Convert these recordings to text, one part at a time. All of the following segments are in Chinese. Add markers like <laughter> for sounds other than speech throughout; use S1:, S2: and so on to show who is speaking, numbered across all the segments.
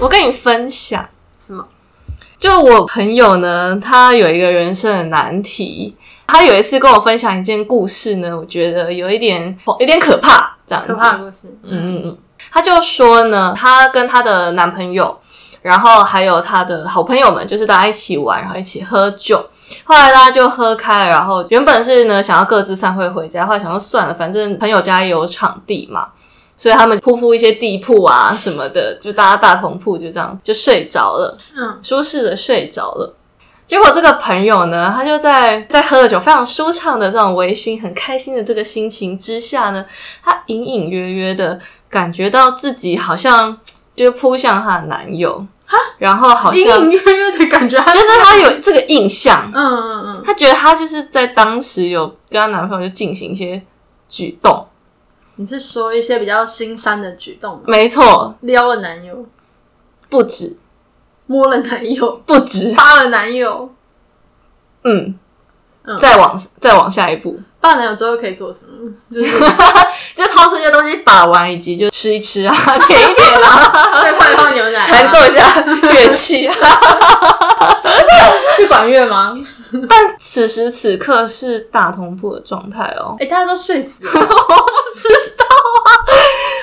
S1: 我跟你分享什么？就我朋友呢，他有一个人生的难题。他有一次跟我分享一件故事呢，我觉得有一点有点可怕，这样子。
S2: 可怕的故事。
S1: 嗯嗯嗯，她就说呢，她跟她的男朋友，然后还有她的好朋友们，就是大家一起玩，然后一起喝酒。后来大家就喝开，然后原本是呢想要各自散会回家，后来想说算了，反正朋友家也有场地嘛，所以他们铺铺一些地铺啊什么的，就大家大同铺就这样就睡着了，
S2: 嗯，
S1: 舒适的睡着了。结果这个朋友呢，他就在在喝了酒，非常舒畅的这种微醺、很开心的这个心情之下呢，她隐隐约约的感觉到自己好像就扑向她的男友，然后好
S2: 隐
S1: 像
S2: 隐
S1: 就
S2: 约约的感觉，嗯就是
S1: 她有这个印象，
S2: 嗯嗯嗯，
S1: 她觉得她就是在当时有跟她男朋友就进行一些举动，
S2: 你是说一些比较心酸的举动吗？
S1: 没错，
S2: 撩了男友，
S1: 不止
S2: 摸了男 <laughs> 友，
S1: 不止，
S2: 扒了男友，
S1: 嗯，
S2: 嗯
S1: 再往再往下一步，
S2: 扒了男友之后可以做什么？就是
S1: 就掏出一些东西把玩，以及就吃一吃啊， <laughs> 舔一舔啊，
S2: 再泡一泡牛奶、啊 <laughs>
S1: 弹奏一下乐器啊。
S2: 是管乐吗？
S1: 但此时此刻是大同步的状态哦。
S2: <laughs> 哎、大家都睡死了，
S1: 啊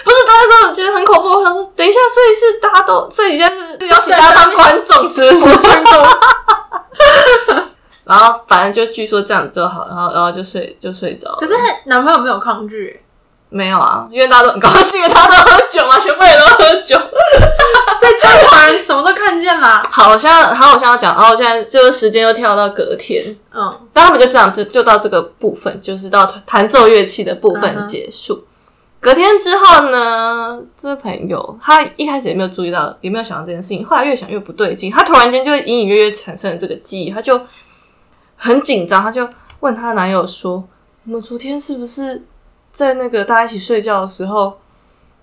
S1: 不是，当时我觉得很恐怖。我想说，等一下，所以是大家都，所以你现在是邀请大家当观众，是不是？观众。然后反正就据说这样就好，然后然后就睡就睡着了。
S2: 可是男朋友没有抗 <laughs> 拒、
S1: 没有啊，因为大家都很高兴，因为大家都喝酒嘛，全部人都喝酒。
S2: 欸，所以当场什么都看见啦。
S1: 好，我现在好，我现在要讲，然后现在就是时间又跳到隔天，
S2: 嗯，
S1: 但他们就这样，就就到这个部分，就是到弹奏乐器的部分结束。隔天之后呢，这位朋友他一开始也没有注意到，也没有想到这件事情，后来越想越不对劲，他突然间就隐隐约约产生了这个记忆，他就很紧张，他就问她男友说：“我们昨天是不是在那个大家一起睡觉的时候，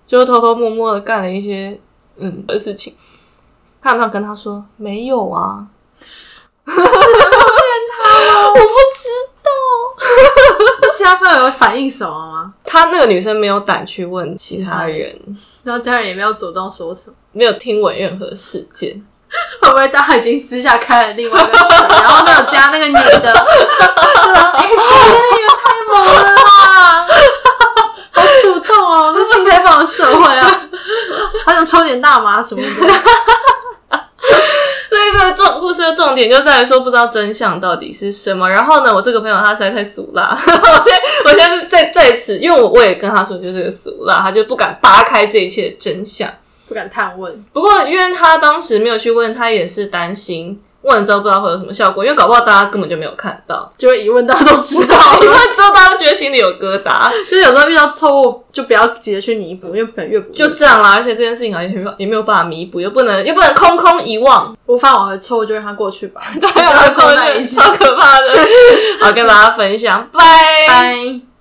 S1: 就偷偷摸摸的干了一些嗯的事情？”他男朋友跟他说：“没有啊。”
S2: 那其他朋友有反应什么吗？
S1: 她那个女生没有胆去问其他人，
S2: 然后家人也没有主动说什么，
S1: 没有听闻任何事件。
S2: 会不会大家已经私下开了另外一个 <laughs> 群，然后没有加那个女的？对啊，哎、这个女的太萌了啦，好主动哦，这新开放的社会 <laughs> 啊，好想抽点大麻什么的。
S1: 所以这个重故事的重点就在于说，不知道真相到底是什么。然后呢，我这个朋友他实在太俗辣， <laughs> 我现在我现在在在此，因为我我也跟他说就是这个俗辣，他就不敢扒开这一切的真相。
S2: 不敢探问，
S1: 不过因为他当时没有去问，他也是担心问了之后不知道会有什么效果，因为搞不好大家根本就没有看到， <laughs>
S2: 就会一问大家都知道
S1: 因
S2: 了。
S1: 为之后大家都觉得心里有疙瘩。
S2: <laughs> 就是有时候遇到错误，就不要急着去弥补，因为可能越补越
S1: 就这样啦，而且这件事情好像也没有也没有办法弥补，又不能又不能空空一望，
S2: 无法挽回错误，就让它过 <laughs> 去吧。
S1: <laughs> 对，我啊
S2: 不要
S1: 们
S2: <laughs> 凑
S1: 做
S2: 在
S1: 那
S2: 一
S1: 一
S2: 起
S1: 超可怕的，好跟大家分享，拜。
S2: 拜。